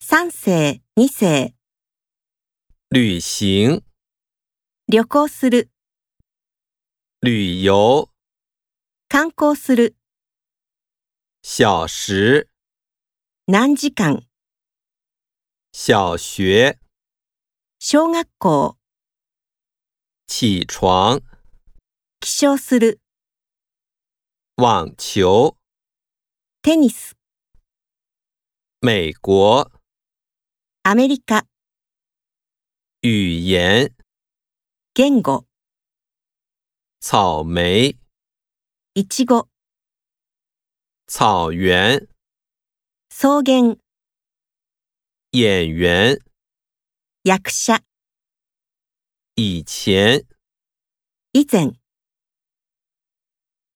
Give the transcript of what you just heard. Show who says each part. Speaker 1: 三世、二世、
Speaker 2: 旅行、
Speaker 1: 旅行する、
Speaker 2: 旅游、
Speaker 1: 観光する、
Speaker 2: 小时、
Speaker 1: 何時間、
Speaker 2: 小学、
Speaker 1: 小学校、
Speaker 2: 起床、
Speaker 1: 起床する、
Speaker 2: 网球、
Speaker 1: テニス、
Speaker 2: 美国、
Speaker 1: アメリカ、
Speaker 2: 语言、
Speaker 1: 言語、
Speaker 2: 草莓、
Speaker 1: いちご、
Speaker 2: 草原、
Speaker 1: 草原、
Speaker 2: 演员、
Speaker 1: 役者、
Speaker 2: 以前。
Speaker 1: 以前。